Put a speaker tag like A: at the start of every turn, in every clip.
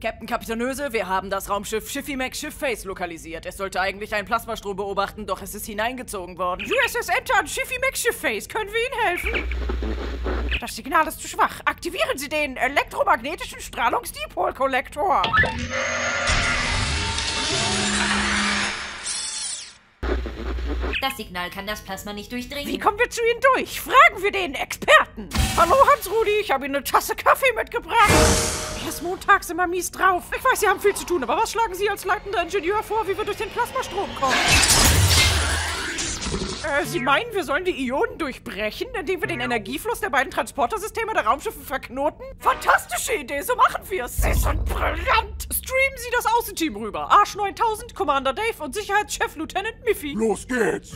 A: Captain Kapitanöse, wir haben das Raumschiff Schiffy Mac Schiffface lokalisiert. Es sollte eigentlich einen Plasmastrom beobachten, doch es ist hineingezogen worden.
B: USS Enton, Schiffy Mac Schiffface, können wir Ihnen helfen? Das Signal ist zu schwach. Aktivieren Sie den elektromagnetischen Strahlungs-Dipol-Kollektor.
C: Das Signal kann das Plasma nicht durchdringen.
B: Wie kommen wir zu Ihnen durch? Fragen wir den Experten. Hallo Hans-Rudi, ich habe Ihnen eine Tasse Kaffee mitgebracht. Er ist montags immer mies drauf. Ich weiß, Sie haben viel zu tun, aber was schlagen Sie als leitender Ingenieur vor, wie wir durch den Plasmastrom kommen? Äh, Sie meinen, wir sollen die Ionen durchbrechen, indem wir den Energiefluss der beiden Transportersysteme der Raumschiffe verknoten? Fantastische Idee, so machen wir's. Sie sind brillant. Streamen Sie das Außenteam rüber. Arsch 9000, Commander Dave und Sicherheitschef Lieutenant Miffy.
D: Los geht's!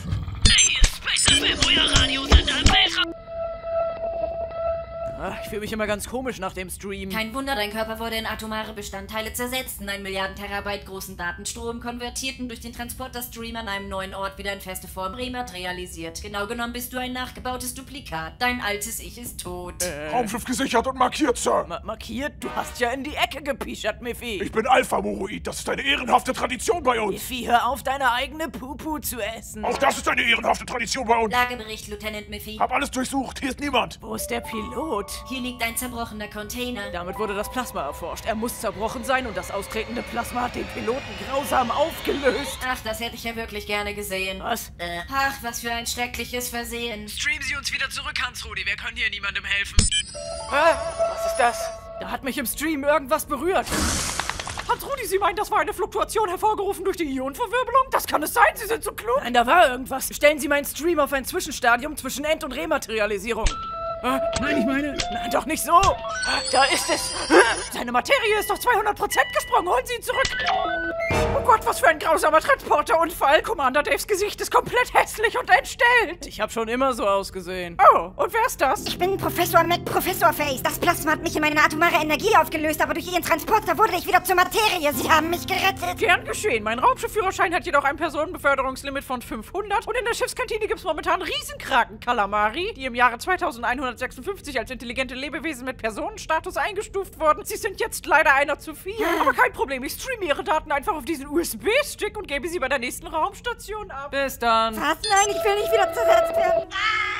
A: Ah, ich fühle mich immer ganz komisch nach dem Stream.
C: Kein Wunder, dein Körper wurde in atomare Bestandteile zersetzt, in einen Milliarden Terabyte großen Datenstrom konvertiert und durch den Transporter-Stream an einem neuen Ort wieder in feste Form rematerialisiert. Genau genommen bist du ein nachgebautes Duplikat. Dein altes Ich ist tot.
D: Raumschiff gesichert und markiert, Sir!
A: Ma Äh, markiert, du hast ja in die Ecke gepischert, Miffy.
D: Ich bin Alpha Moroid, das ist eine ehrenhafte Tradition bei uns!
A: Miffy, hör auf, deine eigene Pupu zu essen.
D: Auch das ist eine ehrenhafte Tradition bei uns!
C: Lagebericht, Lieutenant Miffy.
D: Hab alles durchsucht, hier ist niemand!
A: Wo ist der Pilot?
C: Hier liegt ein zerbrochener Container.
A: Damit wurde das Plasma erforscht. Er muss zerbrochen sein und das austretende Plasma hat den Piloten grausam aufgelöst.
C: Ach, das hätte ich ja wirklich gerne gesehen.
A: Was?
C: Äh, ach, was für ein schreckliches Versehen.
A: Streamen Sie uns wieder zurück, Hans-Rudi. Wir können hier niemandem helfen. Hä? Was ist das? Da hat mich im Stream irgendwas berührt.
B: Hans-Rudi, Sie meinen, das war eine Fluktuation hervorgerufen durch die Ionenverwirbelung? Das kann es sein, Sie sind so klug.
A: Nein, da war irgendwas. Stellen Sie meinen Stream auf ein Zwischenstadium zwischen End- und Rematerialisierung. Äh,
E: Nein, ich meine,
A: Nein, doch nicht so. Äh, Da ist es.
B: Seine Materie ist auf 200% gesprungen. Holen Sie ihn zurück. Oh Gott, was für ein grausamer Transporterunfall. Commander Daves Gesicht ist komplett hässlich und entstellt.
A: Ich habe schon immer so ausgesehen.
B: Oh, und wer ist das?
F: Ich bin Professor Mac Professor Face. Das Plasma hat mich in meine atomare Energie aufgelöst, aber durch Ihren Transporter wurde ich wieder zur Materie. Sie haben mich gerettet.
B: Gern geschehen. Mein Raumschiffführerschein hat jedoch ein Personenbeförderungslimit von 500 und in der Schiffskantine gibt's momentan Riesenkraken-Kalamari, die im Jahre 2156 als intelligente Lebewesen mit Personenstatus eingestuft wurden. Sie sind jetzt leider einer zu viel. Aber kein Problem, ich streame Ihre Daten einfach auf diesen USB-Stick und gebe sie bei der nächsten Raumstation ab.
A: Bis dann.
F: Was? Nein, ich will nicht wieder zersetzt werden. Ah!